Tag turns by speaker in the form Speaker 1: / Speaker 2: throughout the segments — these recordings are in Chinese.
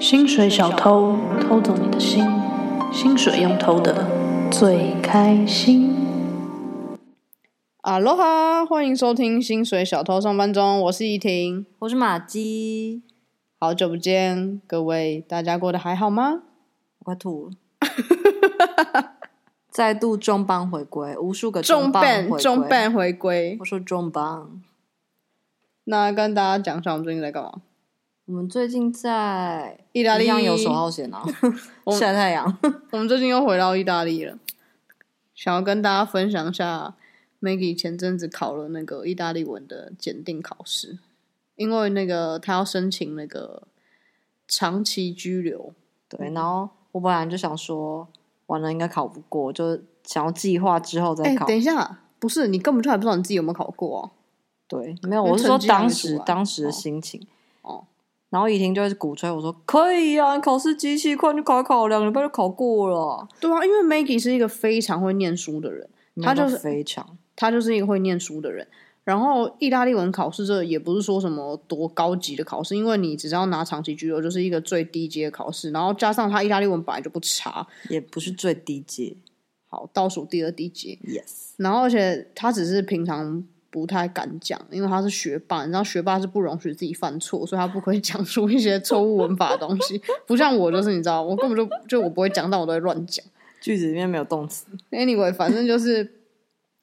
Speaker 1: 薪水小偷偷走你的心，薪水用偷的最开心。
Speaker 2: 哈喽哈，欢迎收听《薪水小偷上班中》，我是依婷，
Speaker 3: 我是马姬，
Speaker 2: 好久不见，各位，大家过得还好吗？
Speaker 3: 我快吐了。再度重磅回归，无数个
Speaker 2: 重
Speaker 3: 磅回
Speaker 2: 磅
Speaker 3: 归。
Speaker 2: 重磅回归
Speaker 3: 我，说重磅。
Speaker 2: 那跟大家讲一下我们最近在干嘛？
Speaker 3: 我们最近在
Speaker 2: 意大利
Speaker 3: 一样有手好闲啊，
Speaker 2: 我
Speaker 3: 晒太阳。
Speaker 2: 我们最近又回到意大利了，想要跟大家分享一下 Maggie 前阵子考了那个意大利文的检定考试，因为那个他要申请那个长期居留，
Speaker 3: 对，然后我本来就想说，完了应该考不过，就想要计划之后再
Speaker 2: 哎、
Speaker 3: 考。
Speaker 2: 等一下，不是你根本就还不知道你自己有没有考过哦、
Speaker 3: 对，没有，
Speaker 2: 因为
Speaker 3: 我是
Speaker 2: 成
Speaker 3: 说
Speaker 2: 绩还没
Speaker 3: 当
Speaker 2: 出
Speaker 3: 时
Speaker 2: 来
Speaker 3: 当
Speaker 2: 哦
Speaker 3: 时的心情。
Speaker 2: 哦
Speaker 3: 然后怡婷就一直鼓吹我说：“可以啊，考试机器快就考一考，两个礼拜就考过了。
Speaker 2: 对啊，因为 Maggie 是一个非常会念书的人，”他就是
Speaker 3: 非常
Speaker 2: 他就是一个会念书的人。然后意大利文考试这也不是说什么多高级的考试，因为你只要拿长期居留就是一个最低阶的考试，然后加上他意大利文本来就不差，
Speaker 3: 也不是最低阶
Speaker 2: 好倒数第二低阶。
Speaker 3: ，yes。
Speaker 2: 然后而且他只是平常不太敢讲，因为他是学霸，你知道学霸是不容许自己犯错，所以他不可以讲出一些错误文法的东西。不像我就是你知道，我根本就就我不会讲，但我都会乱讲。
Speaker 3: 句子里面没有动词，
Speaker 2: Anyway，反正就是，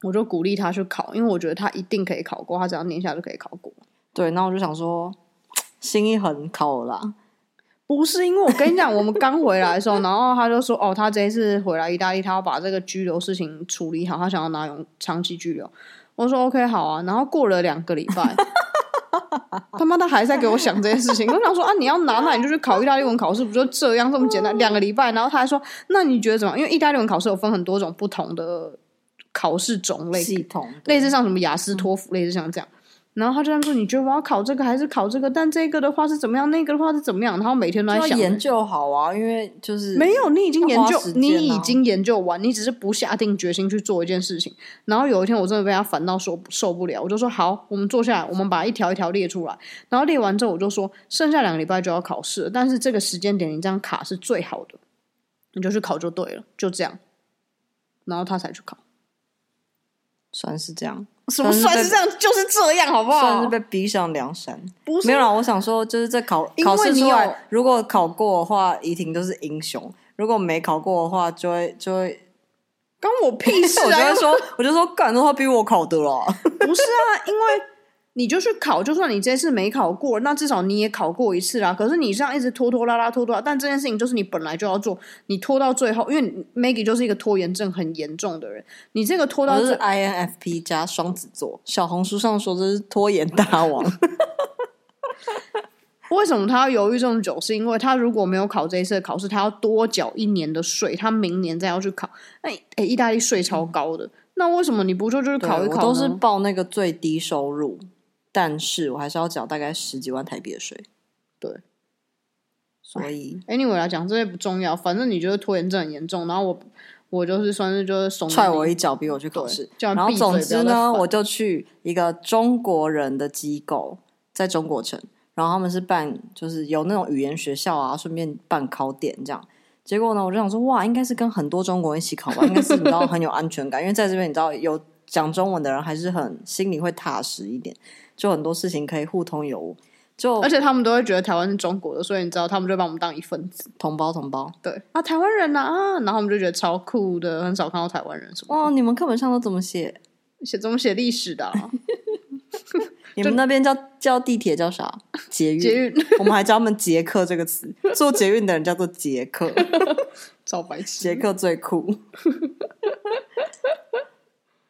Speaker 2: 我就鼓励他去考，因为我觉得他一定可以考过，他只要念一下就可以考过。
Speaker 3: 对，然后我就想说，心一横考了啦，
Speaker 2: 不是因为我跟你讲，我们刚回来的时候，然后他就说，哦，他这一次回来意大利，他要把这个居留事情处理好，他想要拿永长期居留。我说 OK，好啊。然后过了两个礼拜，他妈他还在给我想这件事情。我想说啊，你要拿那你就去考意大利文考试，不就这样这么简单？两个礼拜，然后他还说，那你觉得怎么样？因为意大利文考试有分很多种不同的考试种类，
Speaker 3: 系统的
Speaker 2: 类似像什么雅思、
Speaker 3: 嗯
Speaker 2: 托福，类似像这样。然后他就在说：“你觉得我要考这个还是考这个？但这个的话是怎么样，那个的话是怎么样？”然后每天都
Speaker 3: 就
Speaker 2: 在
Speaker 3: 要
Speaker 2: 想。
Speaker 3: 研究好啊，因为就是
Speaker 2: 没有，你已经
Speaker 3: 要
Speaker 2: 研
Speaker 3: 花
Speaker 2: 究，
Speaker 3: 时间
Speaker 2: 你
Speaker 3: 啊
Speaker 2: 已经研究完，你只是不下定决心去做一件事情。然后有一天，我真的被他烦到受受不了，我就说：“好，我们坐下来，我们把一条一条列出来。”然后列完之后，我就说：“剩下两个礼拜就要考试了，但是这个时间点你这样卡是最好 的，你就去考就对了，就这样。”然后他才去考，
Speaker 3: 算是这啊样，
Speaker 2: 什么
Speaker 3: 算
Speaker 2: 算
Speaker 3: 是
Speaker 2: 是这样， 就是这样，好不好？
Speaker 3: 算是被逼上梁山。
Speaker 2: 不是
Speaker 3: 没有啦，我想说，就是这考
Speaker 2: 因为
Speaker 3: 考试
Speaker 2: 你
Speaker 3: 出
Speaker 2: 有
Speaker 3: 来，如果考过的话，怡婷就是英雄；如果没考过的话，就会就会，
Speaker 2: 关我 屁事
Speaker 3: 我就
Speaker 2: 啊！
Speaker 3: 会
Speaker 2: 又
Speaker 3: 说，我就说，干，都他比我考的啦。
Speaker 2: 不是啊，因为你就去考，就算你这次没考过，那至少你也考过一次啦。可是你这样一直拖拖拉拉拖拖拉拉，但这件事情就是你本来就要做，你拖到最后，因为你 Maggie 就是一个拖延症很严重的人，你这个拖
Speaker 3: 我
Speaker 2: 到
Speaker 3: 就
Speaker 2: 最
Speaker 3: 是 INFP 加双子座，小红书上说这是拖延大王。
Speaker 2: 为什么他要犹豫这么久？是因为他如果没有考这一次的考试，他要多缴一年的税，他明年再要去考。那诶，意大利税超高的，那为什么你不就就是
Speaker 3: 对
Speaker 2: 考一
Speaker 3: 我
Speaker 2: 考
Speaker 3: 都
Speaker 2: 呢
Speaker 3: 是报那个最低收入，但是我还是要缴大概十几万台币的税。
Speaker 2: 对，
Speaker 3: 所以
Speaker 2: Anyway 来讲，这些不重要，反正你就是拖延症很严重，然后我我就是算是就是怂恿
Speaker 3: 踹我
Speaker 2: 你
Speaker 3: 一脚，逼我去考试。
Speaker 2: 叫
Speaker 3: 然
Speaker 2: 人
Speaker 3: 后
Speaker 2: 闭嘴
Speaker 3: 总
Speaker 2: 不
Speaker 3: 之
Speaker 2: 要再
Speaker 3: 呢，
Speaker 2: 烦
Speaker 3: 我就去一个中国人的机构，在中国城，然后他们是办就是有那种语言学校啊，顺便办考点这样。结果呢，我就想说，哇，应该是跟很多中国人一起考吧，应该是你知道很有安全感，因为在这边你知道有讲中文的人还是很心里会踏实一点，就很多事情可以互通有无。就
Speaker 2: 而且他们都会觉得台湾是中国的，所以你知道他们就把我们当一份子。
Speaker 3: 同胞同胞，
Speaker 2: 对啊，台湾人呐、啊，然后我们就觉得超酷的，很少看到台湾人什么
Speaker 3: 哇，你们课本上都怎么写？
Speaker 2: 写怎么写历史的、 啊，
Speaker 3: 你们那边叫叫地铁叫啥？捷运。
Speaker 2: 捷运
Speaker 3: 我们还教他们捷克这个词，做捷运的人叫做捷克，
Speaker 2: 超白痴。
Speaker 3: 捷克最酷。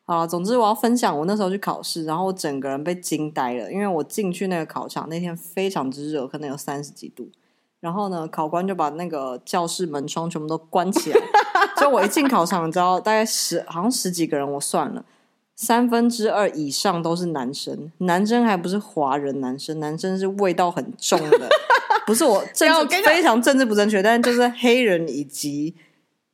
Speaker 3: 好啦总之我要分享我那时候去考试，然后我整个人被惊呆了，因为我进去那个考场那天非常之热，可能有三十几度。然后呢，考官就把那个教室门窗全部都关起来。 所以我一进考场，你知道，大概十好像十几个人，我算了，三分之二以上都是男生，男生还不是华人男生，男生是味道很重的， 不是我政
Speaker 2: 等一下我
Speaker 3: 治
Speaker 2: 跟你讲
Speaker 3: 非常政治不正确，但是就是黑人以及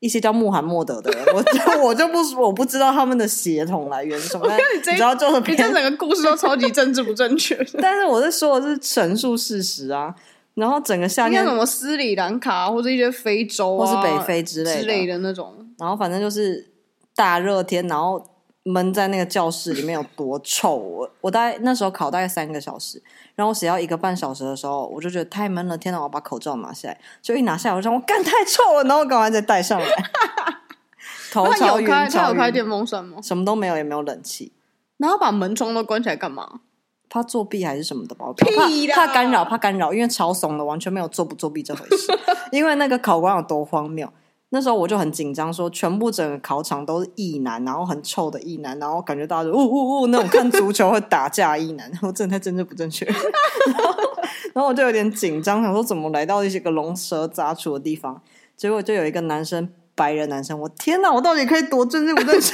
Speaker 3: 一些叫穆罕默德的人， 我就我就不我不知道他们的血统来源是什么，但
Speaker 2: 你这一
Speaker 3: 你知道就是
Speaker 2: 你
Speaker 3: 偏
Speaker 2: 这整个故事都超级政治不正确。
Speaker 3: 但是我在说的是陈述事实啊。然后整个夏
Speaker 2: 应该
Speaker 3: 天
Speaker 2: 什么斯里兰卡啊或者一些非洲、
Speaker 3: 或
Speaker 2: 啊、
Speaker 3: 是北非之类的，
Speaker 2: 之类的那种，
Speaker 3: 然后反正就是大热天，然后闷在那个教室里面有多臭。我我大概那时候考大概三个小时，然后我写到一个半小时的时候，我就觉得太闷了，天哪！我把口罩拿下来，就一拿下来，我就想我干太臭了，然后我赶快再 戴上来。头
Speaker 2: 他
Speaker 3: 朝
Speaker 2: 有
Speaker 3: 云，
Speaker 2: 开他
Speaker 3: 朝
Speaker 2: 有开
Speaker 3: 云，
Speaker 2: 电风扇吗？
Speaker 3: 什么都没有，也没有冷气。
Speaker 2: 然后把门窗都关起来干嘛？
Speaker 3: 怕作弊还是什么的吧，我
Speaker 2: 屁啦
Speaker 3: 怕怕干扰，怕干扰，因为超怂的，完全没有作不作弊这回 事。因为那个考官有多荒谬，那时候我就很紧张，说全部整个考场都是异男，然后很臭的异男，然后感觉大家就呜呜呜那种看足球会打架的异男， 然后真的太政治不正确，然 后然后我就有点紧张，想说怎么来到一些个龙蛇杂处的地方，结果就有一个男生。白人男生，我天哪！我到底可以多 政治不正确？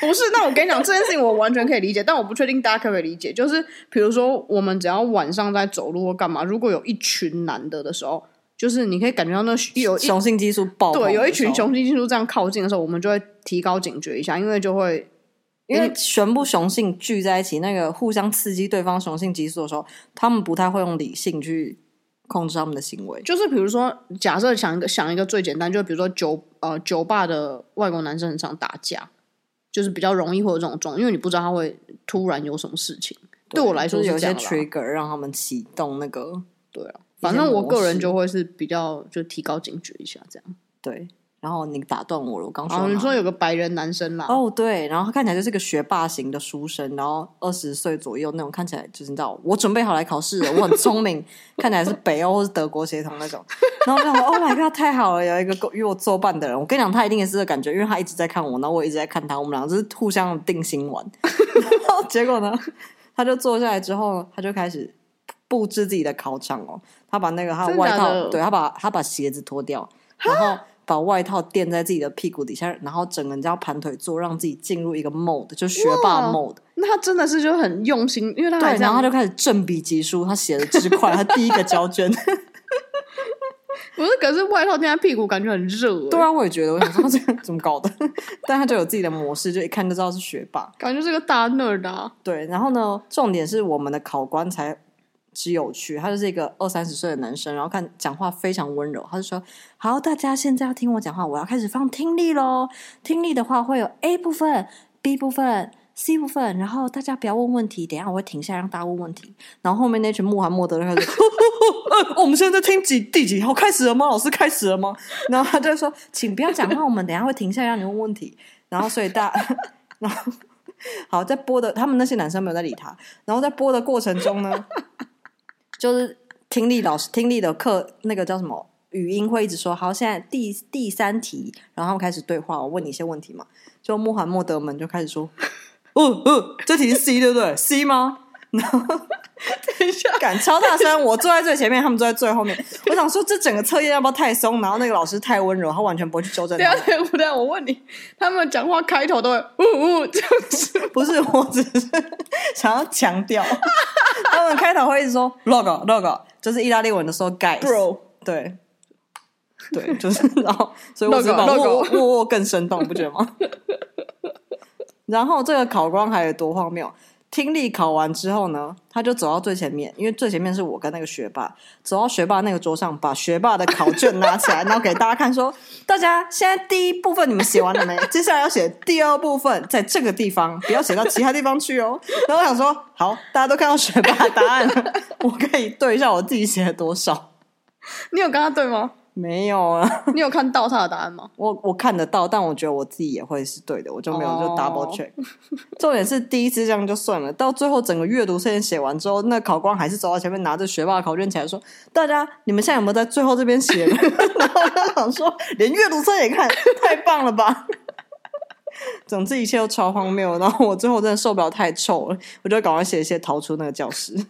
Speaker 2: 不是，那我跟你讲这件事情，我完全可以理解，但我不确定大家可不可以理解。就是比如说，我们只要晚上在走路或干嘛，如果有一群男的的时候，就是你可以感觉到那有一
Speaker 3: 雄性激素爆棚的
Speaker 2: 对
Speaker 3: 时候，
Speaker 2: 有一群雄性激素这样靠近的时候，我们就会提高警觉一下，因为就会
Speaker 3: 因为全部雄性聚在一起，那个互相刺激对方雄性激素的时候，他们不太会用理性去控制他们的行为。
Speaker 2: 就是比如说，假设想一个想一个最简单，就比如说酒呃酒吧的外国男生很常打架，就是比较容易会有这种状况，因为你不知道他会突然有什么事情。对我来说
Speaker 3: 就是有一
Speaker 2: 这
Speaker 3: 些
Speaker 2: 样啦
Speaker 3: trigger 让他们启动那个
Speaker 2: 对啊，
Speaker 3: 一些
Speaker 2: 反正我
Speaker 3: 模
Speaker 2: 个人
Speaker 3: 式
Speaker 2: 就会是比较就提高警觉一下这样。
Speaker 3: 对。然后你打断我了，我刚说
Speaker 2: 啊，
Speaker 3: 到
Speaker 2: 你
Speaker 3: 哪
Speaker 2: 说有个白人男生啦，
Speaker 3: 哦，对，然后他看起来就是个学霸型的书生，然后二十岁左右那种，看起来就是你知道，我准备好来考试了，我很聪明， 看起来是北欧或是德国血统那种。然后我就想说，Oh my god，太好了，有一个跟与我作伴的人。我跟你讲，他一定也是这个感觉，因为他一直在看我，然后我一直在看他，我们两个就是互相定心丸。然后结果呢，他就坐下来之后，他就开始布置自己的考场哦，他把那个他的
Speaker 2: 真的
Speaker 3: 外
Speaker 2: 假
Speaker 3: 套，
Speaker 2: 的
Speaker 3: 对他把他把鞋子脱掉，然后把外套垫在自己的屁股底下，然后整个人这样盘腿坐，让自己进入一个 mode，就学霸
Speaker 2: 哇
Speaker 3: mode。
Speaker 2: 那他真的是就很用心，因为他还
Speaker 3: 对，
Speaker 2: 这
Speaker 3: 然
Speaker 2: 样
Speaker 3: 后他就开始振笔疾书，他写的之快，他第一个交卷。
Speaker 2: 不是，可是外套垫在屁股，感觉很热、欸
Speaker 3: 对，啊，我也觉得，我想说这个怎么搞的？ 但他就有自己的模式，就一看就知道是学霸。
Speaker 2: 感觉是个大 nerd 啊。
Speaker 3: 对，然后呢，重点是我们的考官才之有趣，他就是一个二三十岁的男生，然后看讲话非常温柔，他就说：“好，大家现在要听我讲话，我要开始放听力喽。听力的话会有 A 部分、B 部分。” C 部分，然后大家不要问问题，等一下我会停下来让大家问问题。然后后面那群穆罕默德就开始， 呃我们现在在听几第几号开始了吗？老师开始了吗？然后他就说，请不要讲话，我们等一下会停下来让你问问题。然后所以大，然后好，在播的他们那些男生没有在理他，然后在播的过程中呢，就是听力老师听力的课那个叫什么语音会一直说，好，现在第第三题，然后他们开始对话，我问你一些问题嘛，就穆罕默德们就开始说，哦哦，这题是 C 对不对？C 吗？
Speaker 2: 等一下，
Speaker 3: 敢超大声，我坐在最前面，他们坐在最后面。我想说，这整个测验要不要太松？然后那个老师太温柔，他完全不会去纠正
Speaker 2: 等一下，
Speaker 3: 他们。
Speaker 2: 等一下，等一啊下我问你，他们讲话开头都会呜呜这样子，
Speaker 3: 不是， 我只是想要强调，他们开头会一直说 logo logo，就是意大利文的说 guys
Speaker 2: Bro
Speaker 3: 对。对，就是，然后，所以我只是把
Speaker 2: Logo，
Speaker 3: 握握握更生动，你不觉得吗？ 然后这个考官还有多荒谬？听力考完之后呢，他就走到最前面，因为最前面是我跟那个学霸，走到学霸那个桌上，把学霸的考卷拿起来，然后给大家看说，大家现在第一部分你们写完了没？接下来要写第二部分，在这个地方，不要写到其他地方去哦。然后我想说，好，大家都看到学霸的答案了，我可以对一下我自己写了多少。
Speaker 2: 你有跟他对吗？
Speaker 3: 没有啊，
Speaker 2: 你有看到他的答案吗？
Speaker 3: 我我看得到，但我觉得我自己也会是对的，我就没有就
Speaker 2: 哦
Speaker 3: double check。重点是第一次这样就算了，到最后整个阅读测验写完之后，那考官还是走到前面拿着学霸的考卷起来说：“大家，你们现在有没有在最后这边写 了？”然后我就想说，连阅读测验也看，太棒了吧！ 总之一切都超荒谬，然后我最后真的受不了太臭了，我就赶快写一写逃出那个教室。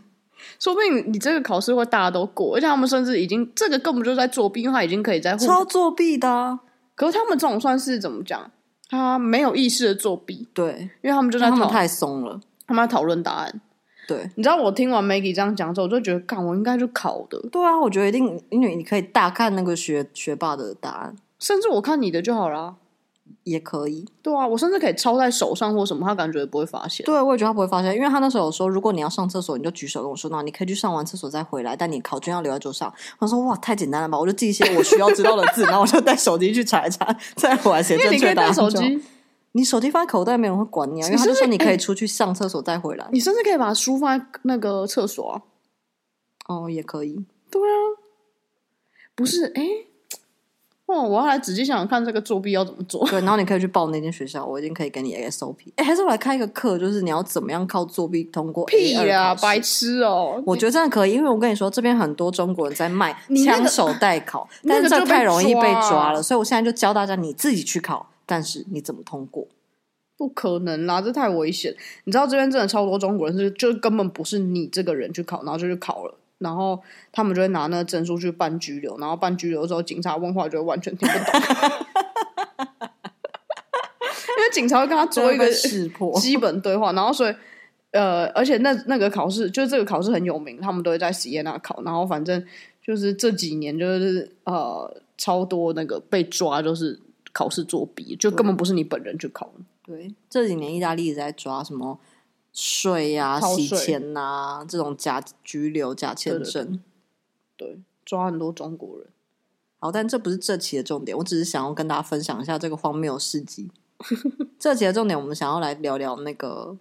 Speaker 2: 说不定你这个考试会大家都过，而且他们甚至已经这个根本就是在作弊，因为他已经可以在互。
Speaker 3: 超作弊的啊、
Speaker 2: 可是他们这种算是怎么讲？他没有意识的作弊，
Speaker 3: 对，
Speaker 2: 因为他们就
Speaker 3: 就
Speaker 2: 在
Speaker 3: 他们
Speaker 2: 讨
Speaker 3: 太松了，
Speaker 2: 他们在讨论答案。
Speaker 3: 对。
Speaker 2: 你知道我听完 Maggie 这样讲之后，我就觉得，干，我应该去考的，
Speaker 3: 对啊，我觉得一定，因为你可以大看那个学学霸的答案，
Speaker 2: 甚至我看你的就好啦。
Speaker 3: 也可以。
Speaker 2: 对啊，我甚至可以抄在手上或什么，他感觉也不会发现。
Speaker 3: 对，我也觉得他不会发现，因为他那时候有说，如果你要上厕所，你就举手跟我说，那你可以去上完厕所再回来，但你考卷要留在桌上。我说哇，太简单了吧，我就记一些我需要知道的字，然后我就带手机去查一查， 再回来写
Speaker 2: 因为
Speaker 3: 正
Speaker 2: 你可
Speaker 3: 确
Speaker 2: 以
Speaker 3: 答
Speaker 2: 带
Speaker 3: 案就好。
Speaker 2: 手机，
Speaker 3: 你手机放在口袋，没有人会管你啊，因
Speaker 2: 你
Speaker 3: 为他
Speaker 2: 是
Speaker 3: 就
Speaker 2: 不是
Speaker 3: 说你可
Speaker 2: 哎
Speaker 3: 以出去上厕所再回来。
Speaker 2: 你甚至可以把书放在那个厕所啊。
Speaker 3: 哦，也可以。
Speaker 2: 不是，哎、哦，我要来仔细想想看这个作弊要怎么做。
Speaker 3: 对，然后你可以去报那间学校，我已经可以给你 SOP。哎，还是我来开一个课，就是你要怎么样靠作弊通过 A2
Speaker 2: 呀，
Speaker 3: 考试
Speaker 2: 白痴哦、
Speaker 3: 我觉得真的可以，因为我跟你说，这边很多中国人在卖
Speaker 2: 你那个
Speaker 3: 枪手 代考，
Speaker 2: 那
Speaker 3: 但
Speaker 2: 个
Speaker 3: 是这
Speaker 2: 就被
Speaker 3: 太容易被抓
Speaker 2: 抓
Speaker 3: 了，所以我现在就教大家你自己去考，但是你怎么通过？
Speaker 2: 不可能啦，这太危险。你知道这边真的超多中国人是，就根本不是你这个人去考，然后就去考了，然后他们就会拿那个证书去办拘留，然后办拘留之后，警察问话就会完全听不懂， 因为警察会跟他做一
Speaker 3: 就会
Speaker 2: 个
Speaker 3: 被识破
Speaker 2: 基本对话，然后所以。呃，而且那那个考试，就是这个考试很有名，他们都会在实验那考。然后反正就是这几年就是呃，超多那个被抓，就是考试作弊，就根本不是你本人去考的。
Speaker 3: 对，这几年意大利一直在抓什么税呀、
Speaker 2: 逃
Speaker 3: 洗
Speaker 2: 税
Speaker 3: 钱呐、这种假拘留、假签
Speaker 2: 对对
Speaker 3: 证。
Speaker 2: 对，抓很多中国人。
Speaker 3: 好，但这不是这期的重点，我只是想要跟大家分享一下这个荒谬 事迹。这期的重点，我们想要来聊聊那个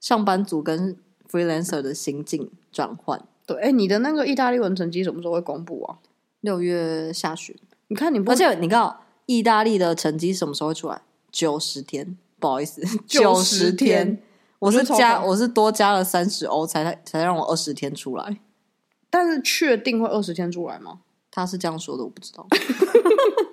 Speaker 3: 上班族跟 freelancer 的心境转换。
Speaker 2: 对，哎、你的那个意大利文成绩什么时候会公布啊？
Speaker 3: 六月下旬，
Speaker 2: 你看你不，
Speaker 3: 而且你看哦，意大利的成绩什么时候会出来？九十天，不好意 思，
Speaker 2: 90
Speaker 3: 十天
Speaker 2: 天。
Speaker 3: 我
Speaker 2: 觉
Speaker 3: 是
Speaker 2: 得超
Speaker 3: 加，
Speaker 2: 快
Speaker 3: 我是多加了三十欧，才才让我二十天出来。
Speaker 2: 但是确定会二十天出来吗？
Speaker 3: 他是这样说的，我不知道。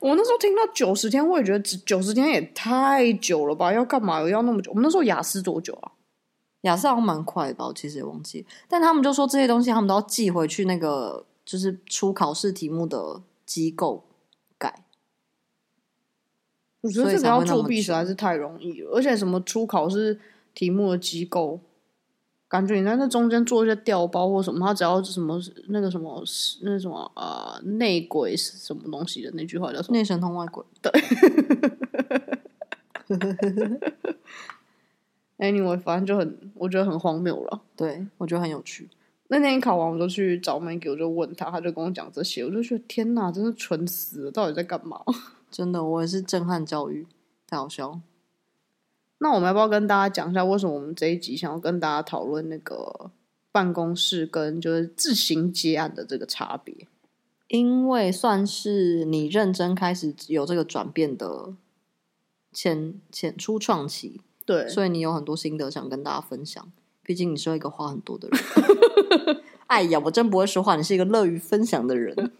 Speaker 2: 我那时候听到九十天，我也觉得九十天也太久了吧？要干嘛？有要那么久？我们那时候雅思多久啊？
Speaker 3: 雅思好像蛮快的吧，我其实也忘记。但他们就说这些东西他们都要寄回去那个就是出考试题目的机构改。
Speaker 2: 我觉得
Speaker 3: 所以
Speaker 2: 这个
Speaker 3: 才会
Speaker 2: 要
Speaker 3: 那
Speaker 2: 作
Speaker 3: 么
Speaker 2: 弊
Speaker 3: 久
Speaker 2: 实在是太容易了，而且什么出考试题目的机构，感觉你在那中间做一些调包或什么，他只要什么那个什么那什么呃内鬼是什么东西的那句话叫什么？
Speaker 3: 内神通外鬼，
Speaker 2: anyway，反正就很我觉得很荒谬了。
Speaker 3: 对我觉得很有趣。
Speaker 2: 那天考完，我就去找 Maggie，我就问他，他就跟我讲这些，我就觉得天哪，真是蠢死了，到底在干嘛？
Speaker 3: 真的，我也是震撼教育，太好笑了。
Speaker 2: 那我们要不要跟大家讲一下，为什么我们这一集想要跟大家讨论那个办公室跟就是自行结案的这个差别？
Speaker 3: 因为算是你认真开始有这个转变的前前初创期，
Speaker 2: 对
Speaker 3: 所以你有很多心得想跟大家分享。毕竟你是一个话很 多的人。哎呀，我真不会说话，你是一个乐于分享 的人。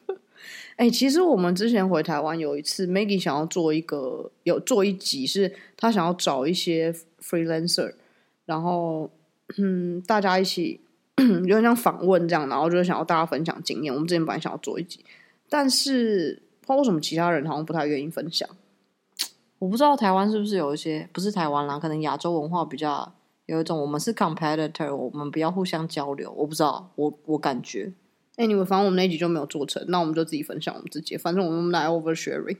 Speaker 2: 哎、其实我们之前回台湾有一次，Maggie 想要做一个有做一集，是她想要找一些 freelancer，然后嗯，大家一起 有点像访问这样，然后就是想要大家分享经验。我们之前本来想要做一集，但是不知道为什么其他人好像不太愿意分享。
Speaker 3: 我不知道台湾是不是有一些，不是台湾啦，可能亚洲文化比较有一种我们是 competitor，我们不要互相交流。我不知道，我我感觉
Speaker 2: 哎，你们反正我们那一集就没有做成，那我们就自己分享我们自己，反正我们来 oversharing。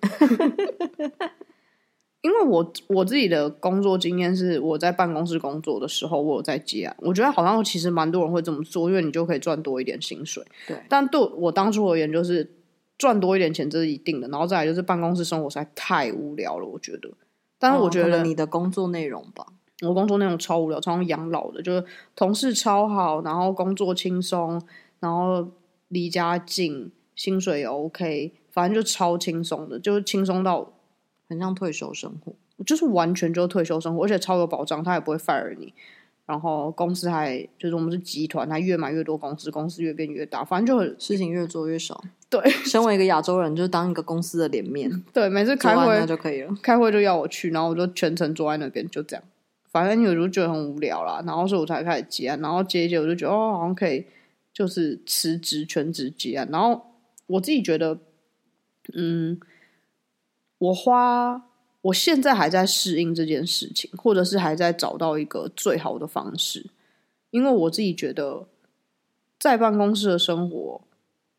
Speaker 2: 因为我我自己的工作经验是，我在办公室工作的时候，我有在接案。我觉得好像其实蛮多人会这么做，因为你就可以赚多一点薪水。
Speaker 3: 对
Speaker 2: 但对我当初而言，就是赚多一点钱这是一定的，然后再来就是办公室生活实在太无聊了，我觉得。但是我
Speaker 3: 哦
Speaker 2: 觉
Speaker 3: 可能
Speaker 2: 得、
Speaker 3: 你的工作内容吧，
Speaker 2: 我工作内容超无聊，超像养老的，就是同事超好，然后工作轻松，然后离家近，薪水也 OK，反正就超轻松的，就是轻松到
Speaker 3: 很像退休生活。
Speaker 2: 就是完全就是退休生活，而且超有保障，他也不会 fire 你。然后公司还就是我们是集团，他越买越多公司，公司越变越大，反正就很
Speaker 3: 事情越做越少，
Speaker 2: 对
Speaker 3: 身为一个亚洲人，就当一个公司的脸面，
Speaker 2: 对。每次
Speaker 3: 做
Speaker 2: 开
Speaker 3: 完
Speaker 2: 会
Speaker 3: 了就可以了。
Speaker 2: 开会就要我去，然后我就全程坐在那边，就这样。反正有时候觉得很无聊啦，然后所以我才开始接案，然后接一接我就觉得哦，好像可以就是辞职全职接案。然后我自己觉得，嗯，我花我现在还在适应这件事情，或者是还在找到一个最好的方式，因为我自己觉得在办公室的生活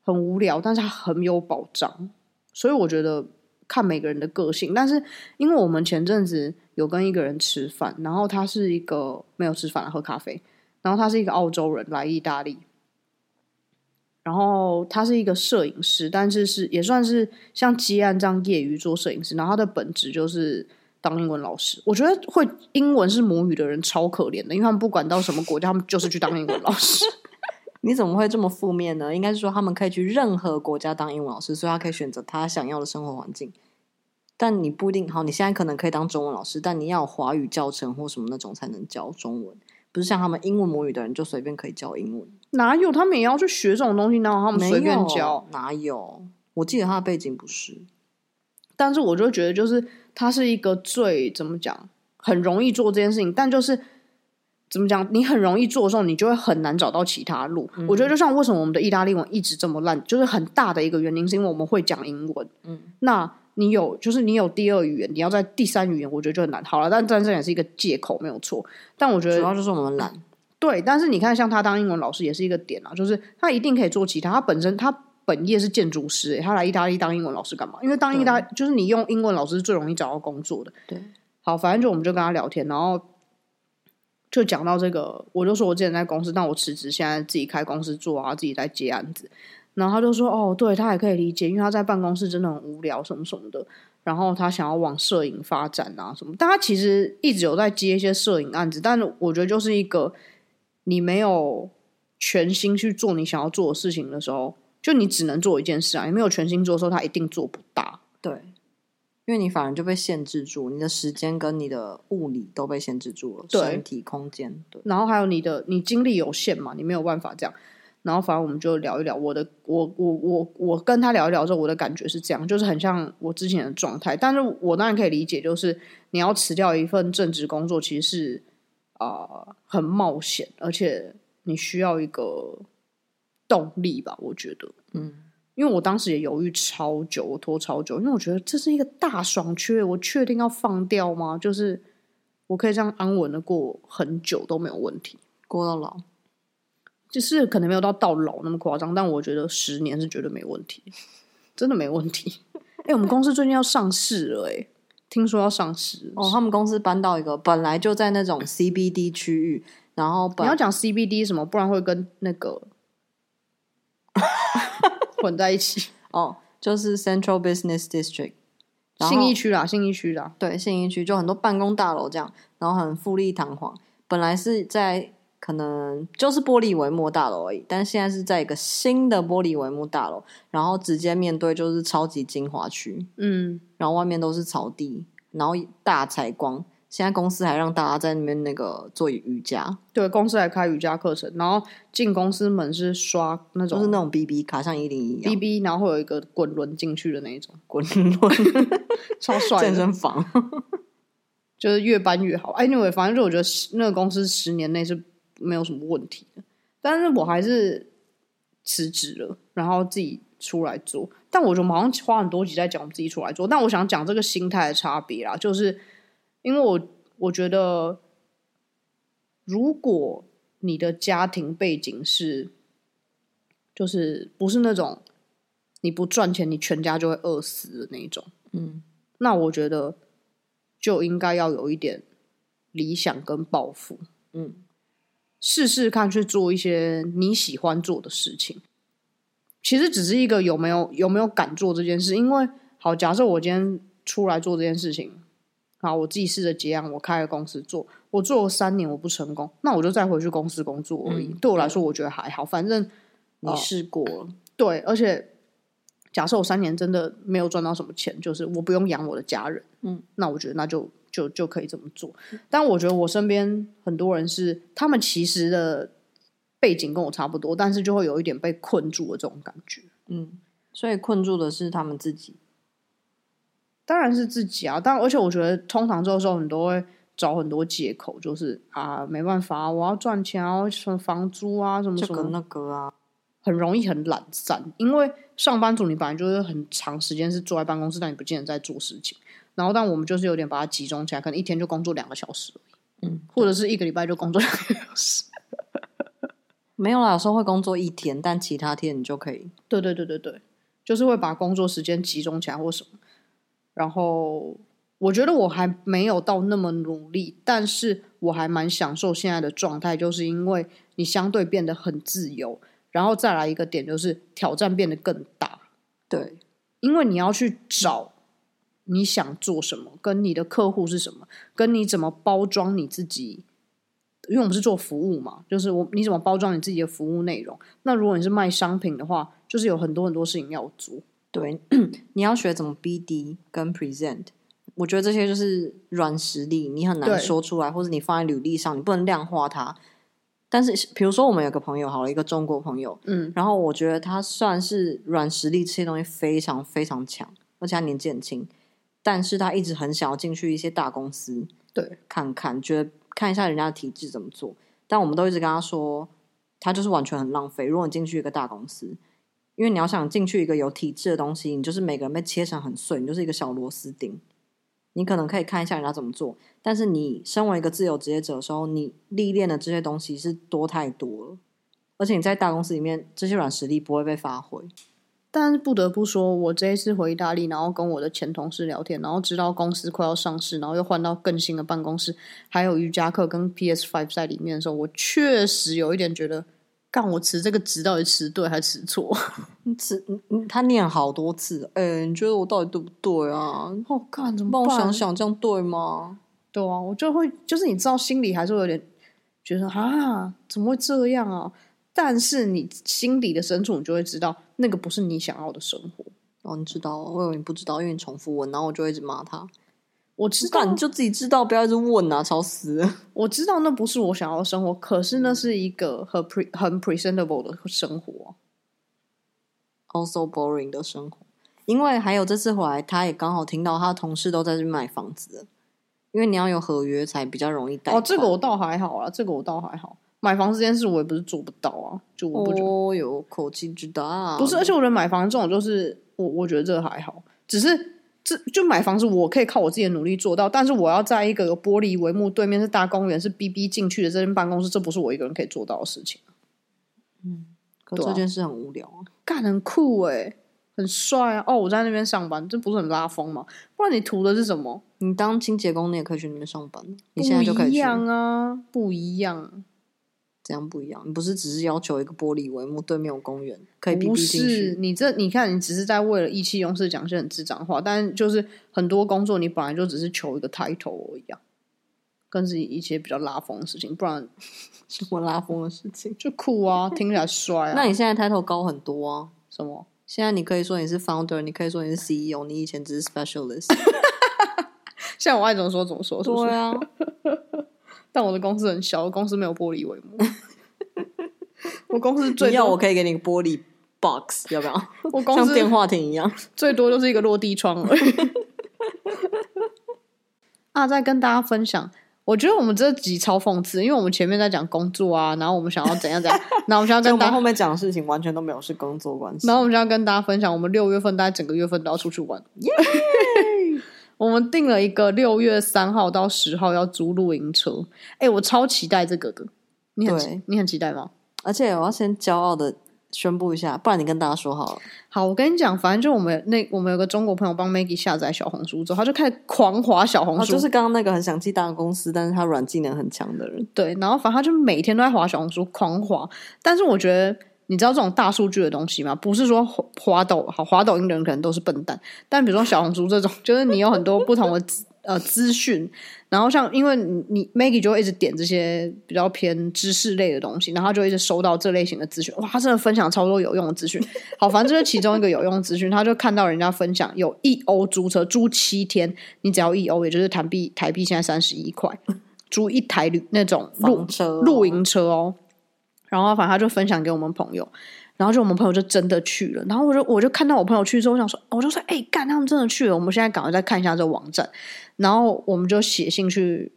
Speaker 2: 很无聊，但是它很有保障，所以我觉得看每个人的个性。但是因为我们前阵子有跟一个人吃饭，然后他是一个没有吃饭喝咖啡，然后他是一个澳洲人来意大利，然后他是一个摄影师，但是是也算是像基安这样业余做摄影师，然后他的本职就是当英文老师。我觉得会英文是母语的人超可怜的，因为他们不管到什么国家，他们就是去当英文老师。
Speaker 3: 你怎么会这么负面呢？应该是说他们可以去任何国家当英文老师，所以他可以选择他想要的生活环境。但你不一定好，你现在可能可以当中文老师，但你要有华语教程或什么那种才能教中文，不是像他们英文母语的人就随便可以教英文。
Speaker 2: 哪有他们也要去学这种东西？哪有他们
Speaker 3: 没
Speaker 2: 随便
Speaker 3: 有
Speaker 2: 教？
Speaker 3: 哪有？我记得他的背景不是，
Speaker 2: 但是我就觉得，就是他是一个最怎么讲，很容易做这件事情，但就是怎么讲，你很容易做的时候，你就会很难找到其他路。我觉得，就像为什么我们的意大利文一直这么烂，就是很大的一个原因，是因为我们会讲英文。
Speaker 3: 嗯，
Speaker 2: 那你有就是你有第二语言，你要在第三语言，我觉得就很难。好了，但但这也是一个借口，没有错。但我觉
Speaker 3: 主
Speaker 2: 得
Speaker 3: 要就是我们懒。
Speaker 2: 对，但是你看，像他当英文老师也是一个点啊，就是他一定可以做其他。他本身他本业是建筑师、欸，他来意大利当英文老师干嘛？因为当意大就是你用英文老师是最容易找到工作的。
Speaker 3: 对，
Speaker 2: 好，反正就我们就跟他聊天，然后就讲到这个，我就说我之前在公司，但我辞职，现在自己开公司做啊，自己在接案子。然后他就说，哦，对他也可以理解，因为他在办公室真的很无聊，什么什么的。然后他想要往摄影发展啊什么，但他其实一直有在接一些摄影案子，但我觉得就是一个你没有全心去做你想要做的事情的时候，就你只能做一件事啊，你没有全心做的时候，他一定做不大。
Speaker 3: 对，因为你反而就被限制住，你的时间跟你的物理都被限制住了，
Speaker 2: 对
Speaker 3: 身体空间。对，
Speaker 2: 然后还有你的你精力有限嘛，你没有办法这样。然后反正我们就聊一聊我的，我我我我跟他聊一聊之后，我的感觉是这样，就是很像我之前的状态。但是我当然可以理解，就是你要辞掉一份正职工作，其实是啊、呃很冒险，而且你需要一个动力吧，我觉得。
Speaker 3: 嗯，
Speaker 2: 因为我当时也犹豫超久，我拖超久，因为我觉得这是一个大爽缺，我确定要放掉吗？就是我可以这样安稳的过很久都没有问题，
Speaker 3: 过到老。
Speaker 2: 就是可能没有到到老那么夸张，但我觉得十年是绝对没问题，真的没问题。 哎、我们公司最近要上市了、哎，听说要上市
Speaker 3: 哦，他们公司搬到一个本来就在那种 CBD 区域，然后
Speaker 2: 你
Speaker 3: 本
Speaker 2: 要讲 CBD 什么，不然会跟那 个混在一起。
Speaker 3: 哦就是 Central Business District，然后
Speaker 2: 信义区啦，信义区啦，
Speaker 3: 对信义区就很多办公大楼这样，然后很富丽堂皇。本来是在可能就是玻璃帷幕大楼而已，但现在是在一个新的玻璃帷幕大楼，然后直接面对就是超级精华区，
Speaker 2: 嗯，
Speaker 3: 然后外面都是草地，然后大采光。现在公司还让大家在那边那个做瑜伽，
Speaker 2: 对公司还开瑜伽课程，然后进公司门是刷那
Speaker 3: 就
Speaker 2: 种
Speaker 3: 是那种 BB 卡，像一零一一样
Speaker 2: BB，然后会有一个滚轮进去的那一种，
Speaker 3: 滚轮
Speaker 2: 超帅
Speaker 3: 健
Speaker 2: 的，
Speaker 3: 身房。
Speaker 2: 就是越搬越好。Anyway，反正就我觉得十那个公司十年内是没有什么问题的，但是我还是辞职了，然后自己出来做。但我觉得我们好像花很多集在讲我们自己出来做，但我想讲这个心态的差别啦，就是因为我我觉得，如果你的家庭背景是，就是不是那种你不赚钱你全家就会饿死的那一种，
Speaker 3: 嗯，
Speaker 2: 那我觉得就应该要有一点理想跟抱负，
Speaker 3: 嗯，
Speaker 2: 试试看去做一些你喜欢做的事情。其实只是一个有没有有没有敢做这件事，因为好，假设我今天出来做这件事情，好，我自己试着结案，我开了公司做，我做了三年我不成功，那我就再回去公司工作而已。
Speaker 3: 嗯
Speaker 2: 对我来说，我觉得还好，反正呃
Speaker 3: 你试过了，
Speaker 2: 对，而且假设我三年真的没有赚到什么钱，就是我不用养我的家人，
Speaker 3: 嗯，
Speaker 2: 那我觉得那就就就可以这么做。但我觉得我身边很多人是，他们其实的背景跟我差不多，但是就会有一点被困住的这种感觉。
Speaker 3: 嗯，所以困住的是他们自己。
Speaker 2: 当然是自己啊，但而且我觉得通常这个时候你都会找很多借口，就是啊没办法啊，我要赚钱啊，什么房租啊，什么
Speaker 3: 这
Speaker 2: 什么
Speaker 3: 个那个啊，
Speaker 2: 很容易很懒散，因为上班族你本来就是很长时间是坐在办公室，但你不见得在做事情。然后，但我们就是有点把它集中起来，可能一天就工作两个小时而已，
Speaker 3: 嗯，
Speaker 2: 或者是一个礼拜就工作两个小时。
Speaker 3: 没有啦，有时候会工作一天，但其他天你就可以
Speaker 2: 对对对对对，就是会把工作时间集中起来或什么。然后我觉得我还没有到那么努力，但是我还蛮享受现在的状态，就是因为你相对变得很自由，然后再来一个点就是挑战变得更大，
Speaker 3: 对，
Speaker 2: 因为你要去找你想做什么，跟你的客户是什么，跟你怎么包装你自己。因为我们是做服务嘛，就是我你怎么包装你自己的服务内容。那如果你是卖商品的话，就是有很多很多事情要做。
Speaker 3: 对， 你要学怎么 BD 跟 present，我觉得这些就是软实力，你很
Speaker 2: 对
Speaker 3: 难说出来，或者你放在履历上，你不能量化它。但是，比如说我们有个朋友，好了，一个中国朋友，
Speaker 2: 嗯，
Speaker 3: 然后我觉得他算是软实力这些东西非常非常强，而且他年纪很轻，但是他一直很想要进去一些大公司
Speaker 2: 对，
Speaker 3: 看看，觉得看一下人家的体制怎么做。但我们都一直跟他说，他就是完全很浪费。如果你进去一个大公司，因为你要想进去一个有体制的东西，你就是每个人被切成很碎，你就是一个小螺丝钉。你可能可以看一下人家怎么做，但是你身为一个自由职业者的时候，你历练的这些东西是多太多了，而且你在大公司里面，这些软实力不会被发挥。
Speaker 2: 但是不得不说，我这一次回意大利，然后跟我的前同事聊天，然后知道公司快要上市，然后又换到更新的办公室，还有瑜伽课跟 PS Five 在里面的时候，我确实有一点觉得，干我辞这个职到底辞对还是辞错？
Speaker 3: 你只你你他念好多次，哎、你觉得我到底对不对啊？
Speaker 2: 哦，干怎
Speaker 3: 帮
Speaker 2: 么
Speaker 3: 我
Speaker 2: 办？
Speaker 3: 想想，这样对吗？
Speaker 2: 对啊，我就会就是你知道，心里还是会有点觉得啊，怎么会这样啊？但是你心里的深处，你就会知道那个不是你想要的生活。
Speaker 3: 哦，你知道，我以为你不知道，因为你重复问，然后我就一直骂他。
Speaker 2: 我知道
Speaker 3: 干，你就自己知道，不要一直问啊，吵死了。
Speaker 2: 我知道那不是我想要的生活，可是那是一个很 pre 很 presentable 的生活啊。
Speaker 3: also boring 的生活。因为还有这次回来，他也刚好听到他的同事都在去买房子了，因为你要有合约才比较容易贷
Speaker 2: 哦，
Speaker 3: 款。
Speaker 2: 这个我倒还好啦，啊这个我倒还好。买房这件事我也不是做不到啊，就我不觉得、
Speaker 3: 哦有口气之大，
Speaker 2: 不是，而且我觉得买房这种就是我我觉得这个还好，只是这就买房是我可以靠我自己的努力做到，但是我要在一个有玻璃帷幕对面是大公园是 B B 进去的这间办公室，这不是我一个人可以做到的事情。
Speaker 3: 可
Speaker 2: 对啊
Speaker 3: 这件事很无聊啊。
Speaker 2: 干很酷诶、很帅啊！哦，我在那边上班，这不是很拉风吗？不然你图的是什么？
Speaker 3: 你当清洁工，你也可以去那边上班，你现在就
Speaker 2: 不
Speaker 3: 可以
Speaker 2: 一
Speaker 3: 去。
Speaker 2: 样啊，不一样。
Speaker 3: 怎样不一样？你不是只是要求一个玻璃帷幕，对面有公园，可以逼
Speaker 2: 不
Speaker 3: 逼进
Speaker 2: 是
Speaker 3: 去。
Speaker 2: 你这，你看，你只是在为了意气用事讲一些很智障的话，但就是很多工作你本来就只是求一个 title 而已啊，更是一些比较拉风的事情，不然
Speaker 3: 什么拉风的事 情？
Speaker 2: 就酷啊，听起来帅啊。
Speaker 3: 那你现在抬头高很多啊！
Speaker 2: 什么？
Speaker 3: 现在你可以说你是 founder，你可以说你是 CEO，你以前只是 specialist。
Speaker 2: 现在我爱怎么说怎么说，是不是？
Speaker 3: 对 啊，
Speaker 2: 但我的公司很小，我公司没有玻璃帷 幕。我公司最
Speaker 3: 你要
Speaker 2: 多
Speaker 3: 我，可以给你个玻璃 box，要不要？
Speaker 2: 我公
Speaker 3: 像
Speaker 2: 司
Speaker 3: 电话亭一样。
Speaker 2: 最多就是一个落地窗而已。 啊，再跟大家分享，我觉得我们这集超讽刺，因为我们前面在讲工作啊，然后我们想要怎样 怎样，然后我们想要
Speaker 3: 但
Speaker 2: 跟
Speaker 3: 我
Speaker 2: 大
Speaker 3: 们
Speaker 2: 家
Speaker 3: 后，面讲的事情完全都没有是工作关系
Speaker 2: 然。后我们想要跟大家分享，我们六月份大概整个月份都要出去玩。 我们定了一个六月三号到十号要租露营车，哎，我超期待这个的。你很期
Speaker 3: 对
Speaker 2: 你很期待吗？
Speaker 3: 而且我要先骄傲的宣布一下，不然你跟大家说好了。
Speaker 2: 好，我跟你讲，反正就我们那我们有个中国朋友帮 Maggie 下载小红书之后，他就开始狂滑小红
Speaker 3: 啊，
Speaker 2: 书，
Speaker 3: 就是刚刚那个很想进大公司，但是他软技能很强的人，
Speaker 2: 对，然后反正他就每天都在划小红书狂划，但是我觉得。你知道这种大数据的东西吗？不是说滑滑抖好滑抖音的人可能都是笨蛋，但比如说小红书这种，就是你有很多不同的资呃资讯，然后像因为你你 Maggie 就会一直点这些比较偏知识类的东西，然后他就一直收到这类型的资讯，哇，他真的分享超多有用的资讯。好，反正这是其中一个有用的资讯，他就看到人家分享有一欧租车租七天，你只要一欧，也就是台币台币现在三十一块，租一台旅那种露
Speaker 3: 房车啊
Speaker 2: 露营车哦。然后反正他就分享给我们朋友，然后就我们朋友就真的去了。然后我就我就看到我朋友去之后，我想说，我就说，哎、干，他们真的去了，我们现在赶快再看一下这个网站。然后我们就写信去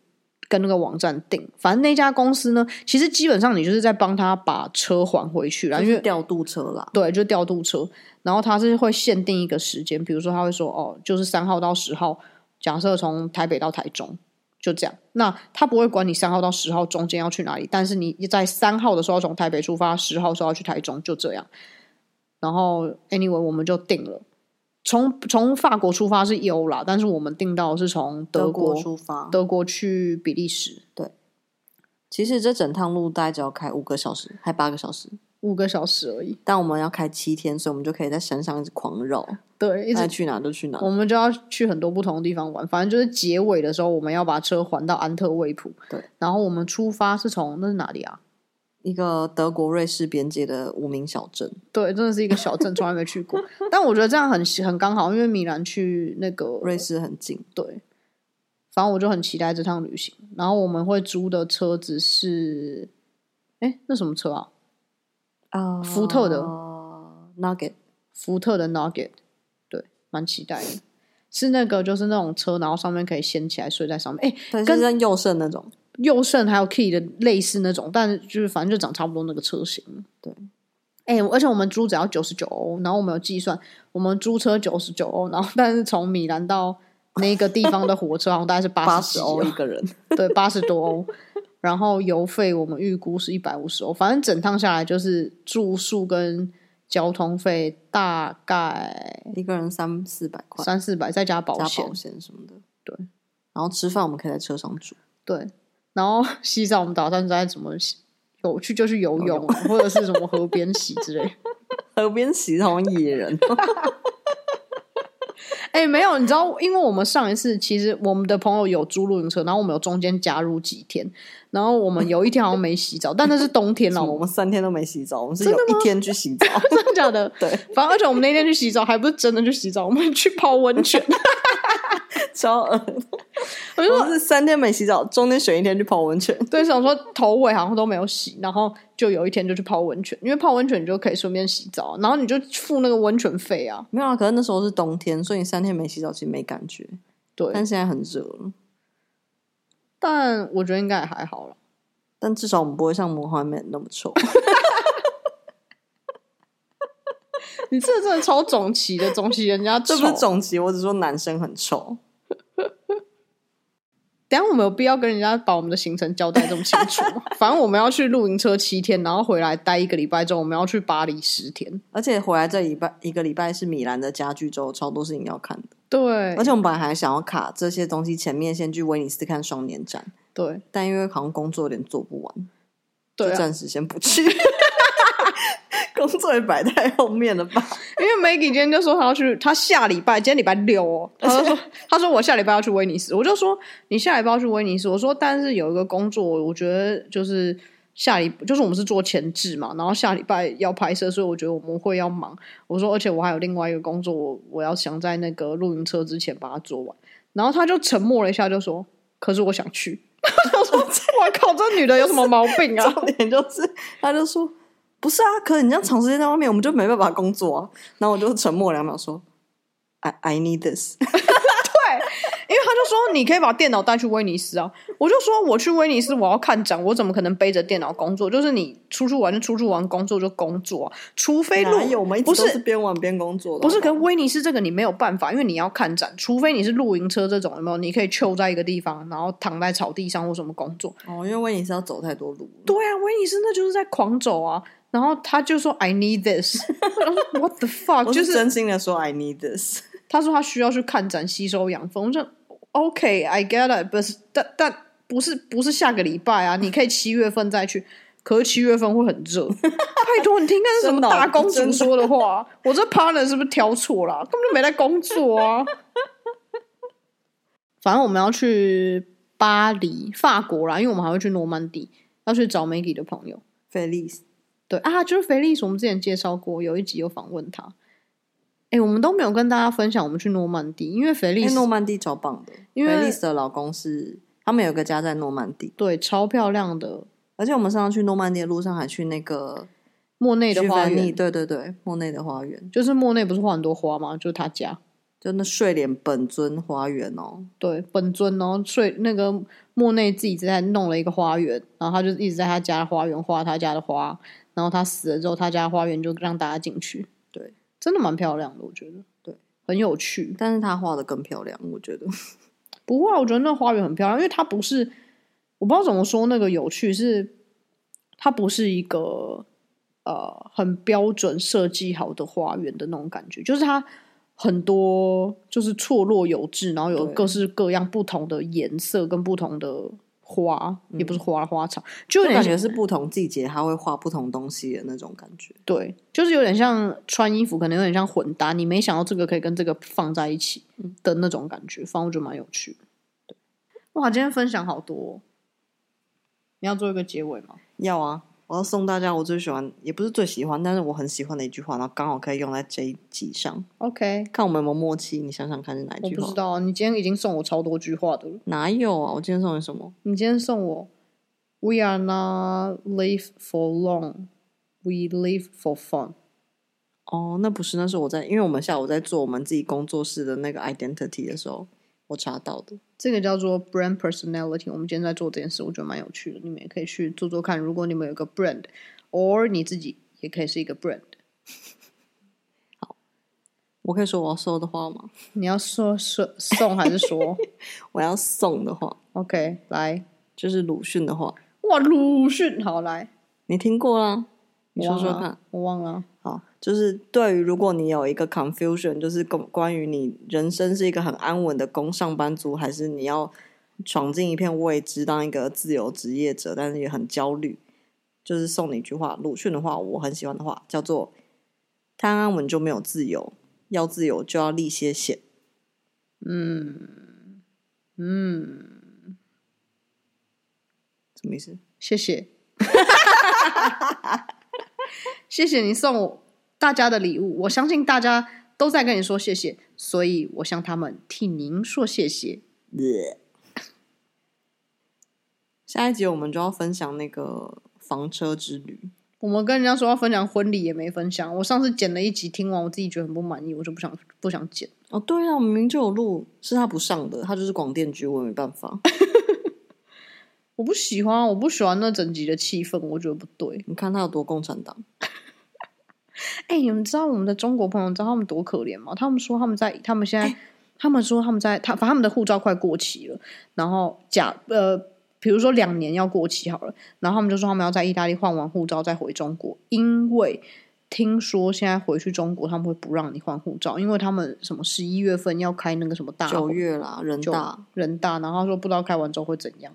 Speaker 2: 跟那个网站订。反正那家公司呢，其实基本上你就是在帮他把车还回去了，
Speaker 3: 就
Speaker 2: 啊因
Speaker 3: 是
Speaker 2: 为
Speaker 3: 调度车啦。
Speaker 2: 对，就调度车。然后他是会限定一个时间，比如说他会说，哦，就是三号到十号，假设从台北到台中。就这样，那他不会管你三号到十号中间要去哪里，但是你在三号的时候从台北出发，十号的时候要去台中，就这样。然后 anyway 我们就定了，从从法国出发是有啦，但是我们订到的是从
Speaker 3: 德
Speaker 2: 国
Speaker 3: 国出发。
Speaker 2: 德国去比利时，
Speaker 3: 其实这整趟路大概只要开五个小时，还八个小时，
Speaker 2: 五个小时而已。
Speaker 3: 但我们要开七天，所以我们就可以在山上一直狂绕，
Speaker 2: 对，一直嗯
Speaker 3: 爱去哪就去哪。
Speaker 2: 我们就要去很多不同的地方玩。反正就是结尾的时候，我们要把车还到安特卫普。
Speaker 3: 对，
Speaker 2: 然后我们出发是从那是哪里啊？
Speaker 3: 一个德国瑞士边界的无名小镇，
Speaker 2: 对，真的是一个小镇，从来没去过。但我觉得这样很很刚好，因为米兰去那个
Speaker 3: 瑞士很近，
Speaker 2: 对，反正我就很期待这趟旅行。然后我们会租的车子是，哎，那什么车啊？
Speaker 3: 啊
Speaker 2: 福特的
Speaker 3: 呃 Nugget，
Speaker 2: 福特的 Nugget，对，蛮期待的。是那个，就是那种车，然后上面可以掀起来睡在上面。哎，
Speaker 3: 对，
Speaker 2: 跟
Speaker 3: 跟跟佑胜那种，
Speaker 2: 佑胜还有 Key 的类似那种，但就是反正就长差不多那个车型。
Speaker 3: 对，
Speaker 2: 哎、而且我们租只要九十九欧，然后我们有计算，我们租车九十九欧，然后但是从米兰到那个地方的火车好像大概是
Speaker 3: 八
Speaker 2: 八
Speaker 3: 十欧一个人，
Speaker 2: 对，八十多欧。然后油费我们预估是一百五十欧，反正整趟下来就是住宿跟交通费大概
Speaker 3: 一个人三四百块，
Speaker 2: 三四百，再加
Speaker 3: 加
Speaker 2: 保险
Speaker 3: 保。险什么的。
Speaker 2: 对，
Speaker 3: 然后吃饭我们可以在车上煮，
Speaker 2: 对，然后 洗澡我们打算在怎么洗有去就去游泳啊，或者是什么河边洗之类。
Speaker 3: 河边洗好像野人，
Speaker 2: 哎、没有，你知道，因为我们上一次其实我们的朋友有租露营车，然后我们有中间加入几天，然后我们有一天好像没洗澡，但那是冬天 了，
Speaker 3: 我
Speaker 2: 我们
Speaker 3: 们三天都没洗澡，我们是有一天去洗澡，
Speaker 2: 真的假的？
Speaker 3: 对，
Speaker 2: 反正而且我们那天去洗澡，还不是真的去洗澡，我们去泡温泉。
Speaker 3: 超恶。
Speaker 2: 我就
Speaker 3: 我
Speaker 2: 说，
Speaker 3: 们是三天没洗澡，中间选一天去泡温泉，
Speaker 2: 对，想说头尾好像都没有洗，然后就有一天就去泡温泉，因为泡温泉你就可以顺便洗澡，啊然后你就付那个温泉费啊。
Speaker 3: 没有啊。可是那时候是冬天，所以你三天没洗澡其实没感觉，
Speaker 2: 对，
Speaker 3: 但现在很热了。
Speaker 2: 但我觉得应该也还好了。
Speaker 3: 但至少我们不会像魔幻美那么臭。
Speaker 2: 你这真的超总齐的，总齐人家
Speaker 3: 这不是
Speaker 2: 丑
Speaker 3: 总结，我只说男生很臭。
Speaker 2: 等一下我们有必要跟人家把我们的行程交代这么清楚 吗？反正我们要去露营车七天，然后回来待一个礼拜之后，我们要去巴黎十天。
Speaker 3: 而且回来这礼拜一个礼拜是米兰的家具周，超多事情要看的。
Speaker 2: 对
Speaker 3: 而且我们本来还想要卡这些东西前面先去威尼斯看双年展，
Speaker 2: 对
Speaker 3: 但因为好像工作有点做不完，
Speaker 2: 对
Speaker 3: 就
Speaker 2: 啊，
Speaker 3: 暂时先不去。 工作也摆在后面了吧？
Speaker 2: 因为 Maggie 今天就说她要去，她下礼拜，今天礼拜六哦，她就说她说我下礼拜要去威尼斯，我就说你下礼拜要去威尼斯，我说但是有一个工作，我觉得就是下礼就是我们是做前置嘛，然后下礼拜要拍摄，所以我觉得我们会要忙。我说而且我还有另外一个工作，我我要想在那个露营车之前把它做完。然后她就沉默了一下，就说可是我想去。 我想说我靠，这女的有什么毛病啊？
Speaker 3: 重点就是，他就说不是啊，可是你这样长时间在外面，我们就没办法工作啊。然后我就沉默两秒，说 I I need this。
Speaker 2: 因为他就说你可以把电脑带去威尼斯啊，我就说我去威尼斯我要看展，我怎么可能背着电脑工作？就是你出去玩就出去玩，工作就工作、啊，除非
Speaker 3: 哪
Speaker 2: 露
Speaker 3: 哎有？我们一直
Speaker 2: 不
Speaker 3: 都是
Speaker 2: 是
Speaker 3: 边玩边工作的，
Speaker 2: 不是，
Speaker 3: 好
Speaker 2: 可
Speaker 3: 好
Speaker 2: 是威尼斯这个你没有办法，因为你要看展，除非你是露营车这种，有没有？你可以囚在一个地方，然后躺在草地上或什么工作。
Speaker 3: 哦，因为威尼斯要走太多路，
Speaker 2: 对啊，威尼斯那就是在狂走啊。然后他就说 I need this，我 想说 What the
Speaker 3: 我
Speaker 2: fuck？就是
Speaker 3: 真心的说 I need this。
Speaker 2: 他说他需要去看展吸收养分，我就 OK，I、get it，不是，但但不是不是下个礼拜啊，你可以七月份再去，可是七月份会很热， 拜托你听看是什么
Speaker 3: 真的哦
Speaker 2: 大公主
Speaker 3: 真的
Speaker 2: 说的话啊，我这 partner 是不是挑错了啊、根本就没在工作啊。 反正我们要去巴黎，法国啦，因为我们还会去诺曼底，要去找 Maggie 的朋友。
Speaker 3: Feliz，
Speaker 2: 对啊，就是菲利斯，我们之前介绍过，有一集有访问他。哎，我们都没有跟大家分享我们去诺曼底，因为菲
Speaker 3: 因
Speaker 2: 利
Speaker 3: 为
Speaker 2: 斯
Speaker 3: 诺曼底超棒的，
Speaker 2: 因为
Speaker 3: Feliz 的老公是他们有个家在诺曼底，
Speaker 2: 对超漂亮的
Speaker 3: 而且我们上次去诺曼底的路上还去那个
Speaker 2: 莫内的
Speaker 3: 居
Speaker 2: 花
Speaker 3: 凡尼，
Speaker 2: 园，
Speaker 3: 对对对，莫内的花园，
Speaker 2: 就是莫内不是画很多花吗？就是他家。
Speaker 3: 就那睡莲本尊花园哦，
Speaker 2: 对，本尊哦，睡那个莫内自己在弄了一个花园，然后他就一直在他家的花园画他家的花，然后他死了之后，他家的花园就让大家进去。
Speaker 3: 对，
Speaker 2: 真的蛮漂亮的，我觉得。
Speaker 3: 对，
Speaker 2: 很有趣。
Speaker 3: 但是他画的更漂亮，我觉得。
Speaker 2: 不会啊，我觉得那花园很漂亮，因为它不是，我不知道怎么说那个有趣是，它不是一个呃很标准设计好的花园的那种感觉，就是它很多就是错落有致，然后有
Speaker 3: 对
Speaker 2: 各式各样不同的颜色跟不同的花，也不是花花草，就有
Speaker 3: 嗯就
Speaker 2: 点
Speaker 3: 感
Speaker 2: 像
Speaker 3: 觉是不同季节它会画不同东西的那种感觉。
Speaker 2: 对，就是有点像穿衣服，可能有点像混搭，你没想到这个可以跟这个放在一起的那种感觉，反正我觉得蛮有趣的。对，哇，今天分享好多、哦，你要做一个结尾吗？
Speaker 3: 要啊，我要送大家我最喜欢，也不是最喜欢，但是我很喜欢的一句话，然后刚好可以用在这一集上。
Speaker 2: OK，
Speaker 3: 看我们有没有默契，你想想看是哪一
Speaker 2: 我
Speaker 3: 句
Speaker 2: 不
Speaker 3: 话
Speaker 2: 知？道啊，你今天已经送我超多句话的了。
Speaker 3: 哪有啊？我今天送你什么？
Speaker 2: 你今天送我，We are not live for long, we live for fun。
Speaker 3: 哦，那不是，那是我在，因为我们下午在做我们自己工作室的那个 identity 的时候，我查到的。
Speaker 2: 这个叫做 brand personality。我们今天在做这件事，我觉得蛮有趣的，你们也可以去做做看。如果你们有个 brand，or 你自己也可以是一个 brand。
Speaker 3: 我可以说我要说的话吗？
Speaker 2: 你要说说送还是说
Speaker 3: 我要送的话
Speaker 2: ？OK，来，
Speaker 3: 就是鲁迅的话，
Speaker 2: 哇，鲁迅，好来，
Speaker 3: 你听过啦？你
Speaker 2: 我
Speaker 3: 说
Speaker 2: 忘
Speaker 3: 说
Speaker 2: 了，
Speaker 3: 看。
Speaker 2: 我忘了。
Speaker 3: 好，哦就是对于如果你有一个 confusion，就是关关于你人生是一个很安稳的工上班族，还是你要闯进一片未知，当一个自由职业者，但是也很焦虑，就是送你一句话，鲁迅的话，我很喜欢的话，叫做“太安稳就没有自由，要自由就要立些险
Speaker 2: 嗯，”，
Speaker 3: 什么意思？
Speaker 2: 谢谢， 谢谢你送我大家的礼物。我相信大家都在跟你说谢谢，所以我向他们替您说谢谢。
Speaker 3: 下一集我们就要分享那个房车之旅，
Speaker 2: 我们跟人家说要分享婚礼也没分享，我上次剪了一集，听完我自己觉得很不满意，我就不想不想剪。
Speaker 3: 哦，对啊，我明明就有录，是他不上的，他就是广电局，我也没办法。
Speaker 2: 我不喜欢，啊我不喜欢那整集的气氛，我觉得不对。
Speaker 3: 你看他有多共产党，
Speaker 2: 哎、你们知道我们的中国朋友，你知道他们多可怜吗？他们说他们在，他们现在，
Speaker 3: 哎
Speaker 2: 他们说他们在，他反正他们的护照快过期了，然后假呃，比如说两年要过期好了，然后他们就说他们要在意大利换完护照再回中国，因为听说现在回去中国他们会不让你换护照，因为他们什么十一月份要开那个什么大
Speaker 3: 九
Speaker 2: 会
Speaker 3: 月啦，人
Speaker 2: 九
Speaker 3: 大
Speaker 2: 人大，然后他说不知道开完之后会怎样。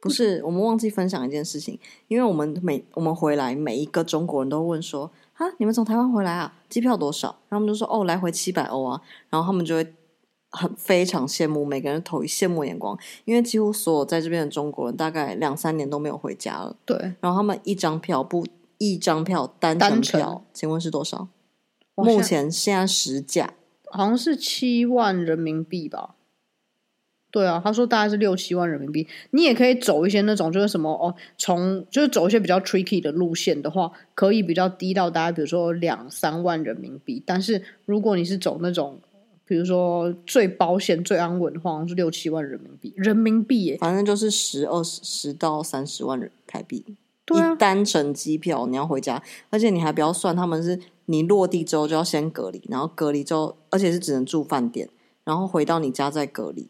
Speaker 3: 不是我们忘记分享一件事情，因为我们每我们回来每一个中国人都问说啊，你们从台湾回来啊，机票多少？然后他们就说哦，来回七百欧啊，然后他们就会很非常羡慕，每个人投以羡慕眼光，因为几乎所有在这边的中国人大概两三年都没有回家了，
Speaker 2: 对，
Speaker 3: 然后他们一张票不一张票单
Speaker 2: 单
Speaker 3: 程
Speaker 2: 程
Speaker 3: 票，请问是多少？
Speaker 2: 我
Speaker 3: 目
Speaker 2: 现在
Speaker 3: 前现在实价
Speaker 2: 好像是七万人民币吧。对啊，他说大概是六七万人民币。你也可以走一些那种就是什么哦，从就是走一些比较 tricky 的路线的话，可以比较低到大概比如说两三万人民币。但是如果你是走那种比如说最保险、最安稳的话，好像是六七万人民币，人民币耶。
Speaker 3: 反正就是十二十十到三十万人台币，
Speaker 2: 对啊
Speaker 3: 一，单程机票你要回家，而且你还不要算他们是你落地之后就要先隔离，然后隔离之后，而且是只能住饭店，然后回到你家再隔离，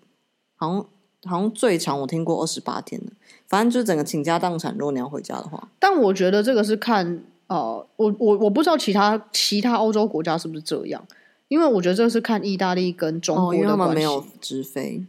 Speaker 3: 好像好像最长我听过二十八天的，反正就整个倾家荡产。如果你要回家的话，
Speaker 2: 但我觉得这个是看呃，我我我不知道其他其他欧洲国家是不是这样，因为我觉得这是看意大利跟中
Speaker 3: 哦，
Speaker 2: 国
Speaker 3: 因为
Speaker 2: 的
Speaker 3: 他
Speaker 2: 关
Speaker 3: 们
Speaker 2: 系。
Speaker 3: 没有直飞，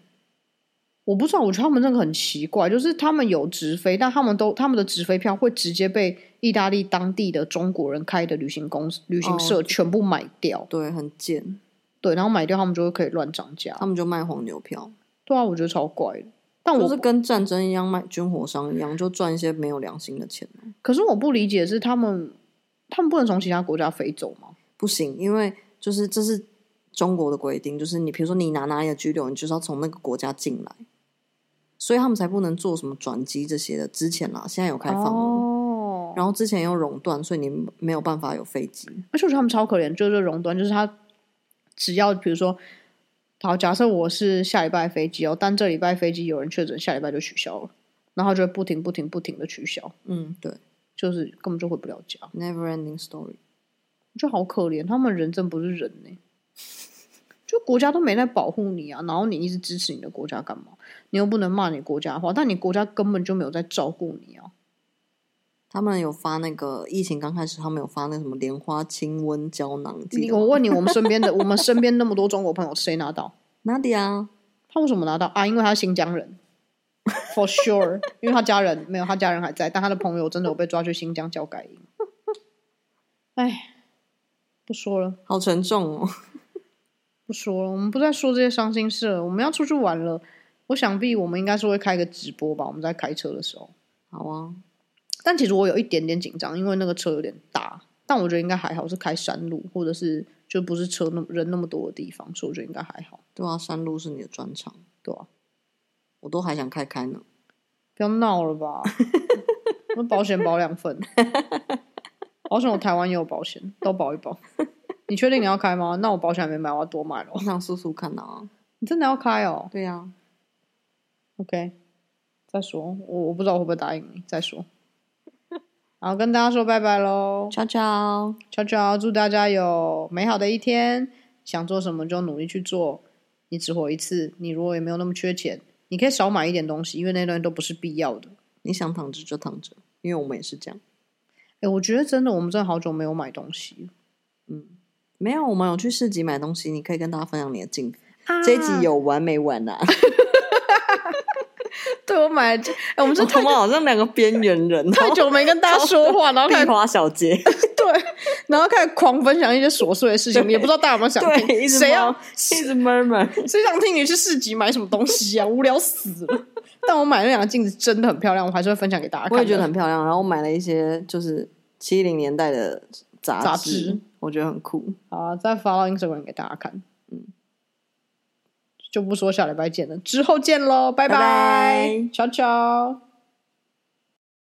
Speaker 2: 我不知道，我觉得他们那个很奇怪，就是他们有直飞，但他们都他们的直飞票会直接被意大利当地的中国人开的旅行公司、旅行
Speaker 3: 哦
Speaker 2: 社全部买掉，
Speaker 3: 对，很贱，
Speaker 2: 对，然后买掉他们就会可以乱涨价
Speaker 3: 他。们就卖黄牛票，
Speaker 2: 对啊，我觉得超怪的。但我、
Speaker 3: 就是跟战争一样卖军火商一样，就赚一些没有良心的钱。啊
Speaker 2: 可是我不理解是他们，他们不能从其他国家飞走吗？
Speaker 3: 不行，因为就是这是中国的规定，就是你比如说你拿哪里的居留，你就是要从那个国家进来，所以他们才不能做什么转机这些的。之前啦，现在有开放了，
Speaker 2: 哦，
Speaker 3: 然后之前又熔断，所以你没有办法有飞机。
Speaker 2: 而且我觉得他们超可怜，就是熔断，就是他只要比如说，好，假设我是下礼拜飞机哦，但这礼拜飞机有人确诊，下礼拜就取消了，然后就会不停不停不停的取消，
Speaker 3: 嗯，对
Speaker 2: 就是根本就回不了家，
Speaker 3: ，Never Ending Story。
Speaker 2: 我觉得好可怜，他们人真不是人呢、就国家都没在保护你啊，然后你一直支持你的国家干嘛？你又不能骂你国家的话，但你国家根本就没有在照顾你啊。
Speaker 3: 他们有发那个疫情刚开始，他们有发那个什么莲花清瘟胶囊，记
Speaker 2: 你
Speaker 3: 得吗
Speaker 2: 我问你，我们身边的我们身边那么多中国朋友，谁拿到？
Speaker 3: Nadia
Speaker 2: 他为什么拿到啊？因为他是新疆人，for sure，因为他家人没有，他家人还在，但他的朋友真的有被抓去新疆教改营。哎，不说了，
Speaker 3: 好沉重哦。
Speaker 2: 不说了，我们不再说这些伤心事了，我们要出去玩了。我想必我们应该是会开个直播吧，我们在开车的时候。
Speaker 3: 好啊，
Speaker 2: 但其实我有一点点紧张，因为那个车有点大，但我觉得应该还好，是开山路或者是就不是车那么人那么多的地方，所以我觉得应该还好，
Speaker 3: 对啊，山路是你的专长，
Speaker 2: 对啊？
Speaker 3: 我都还想开开呢。
Speaker 2: 不要闹了吧，那保险保两份，保险我台湾也有保险，都保一保。你确定你要开吗？那我保险还没买，我要多买了
Speaker 3: 我。想速速看啊。
Speaker 2: 你真的要开哦
Speaker 3: 对啊，
Speaker 2: ？OK，再说，我我不知道我会不会答应你，再说。好，跟大家说拜拜喽。
Speaker 3: 悄悄，
Speaker 2: 悄悄，祝大家有美好的一天。想做什么就努力去做，你只活一次。你如果也没有那么缺钱，你可以少买一点东西，因为那些东西都不是必要的。
Speaker 3: 你想躺着就躺着，因为我们也是这样。
Speaker 2: 哎，我觉得真的，我们真的好久没有买东西
Speaker 3: 没有，我们有去市集买东西，你可以跟大家分享你的境。
Speaker 2: 啊
Speaker 3: 这一集，有完没完啊？
Speaker 2: 对我买了这，哎，我们
Speaker 3: 我
Speaker 2: 是太
Speaker 3: 他妈好像两个边缘人，哦
Speaker 2: 太久没跟大家说话，然后开
Speaker 3: 地
Speaker 2: 始
Speaker 3: 花小姐，
Speaker 2: 对，然后开始狂分享一些琐碎的事情，
Speaker 3: 对
Speaker 2: 也不知道大家有没有想
Speaker 3: 对，一
Speaker 2: 听。
Speaker 3: 直
Speaker 2: 谁要
Speaker 3: 猫一直 murmur，
Speaker 2: 谁想听你去市集买什么东西啊？无聊死了。但我买那两个镜子真的很漂亮，我还是会分享给大家看的。
Speaker 3: 我也觉得很漂亮。然后我买了一些就是七零年代的杂
Speaker 2: 杂志
Speaker 3: 我觉得很酷。
Speaker 2: 好啊，再发到 Instagram 给大家看。嗯，就不说下礼拜见了，之后见喽，拜
Speaker 3: 拜拜
Speaker 2: 拜，悄悄。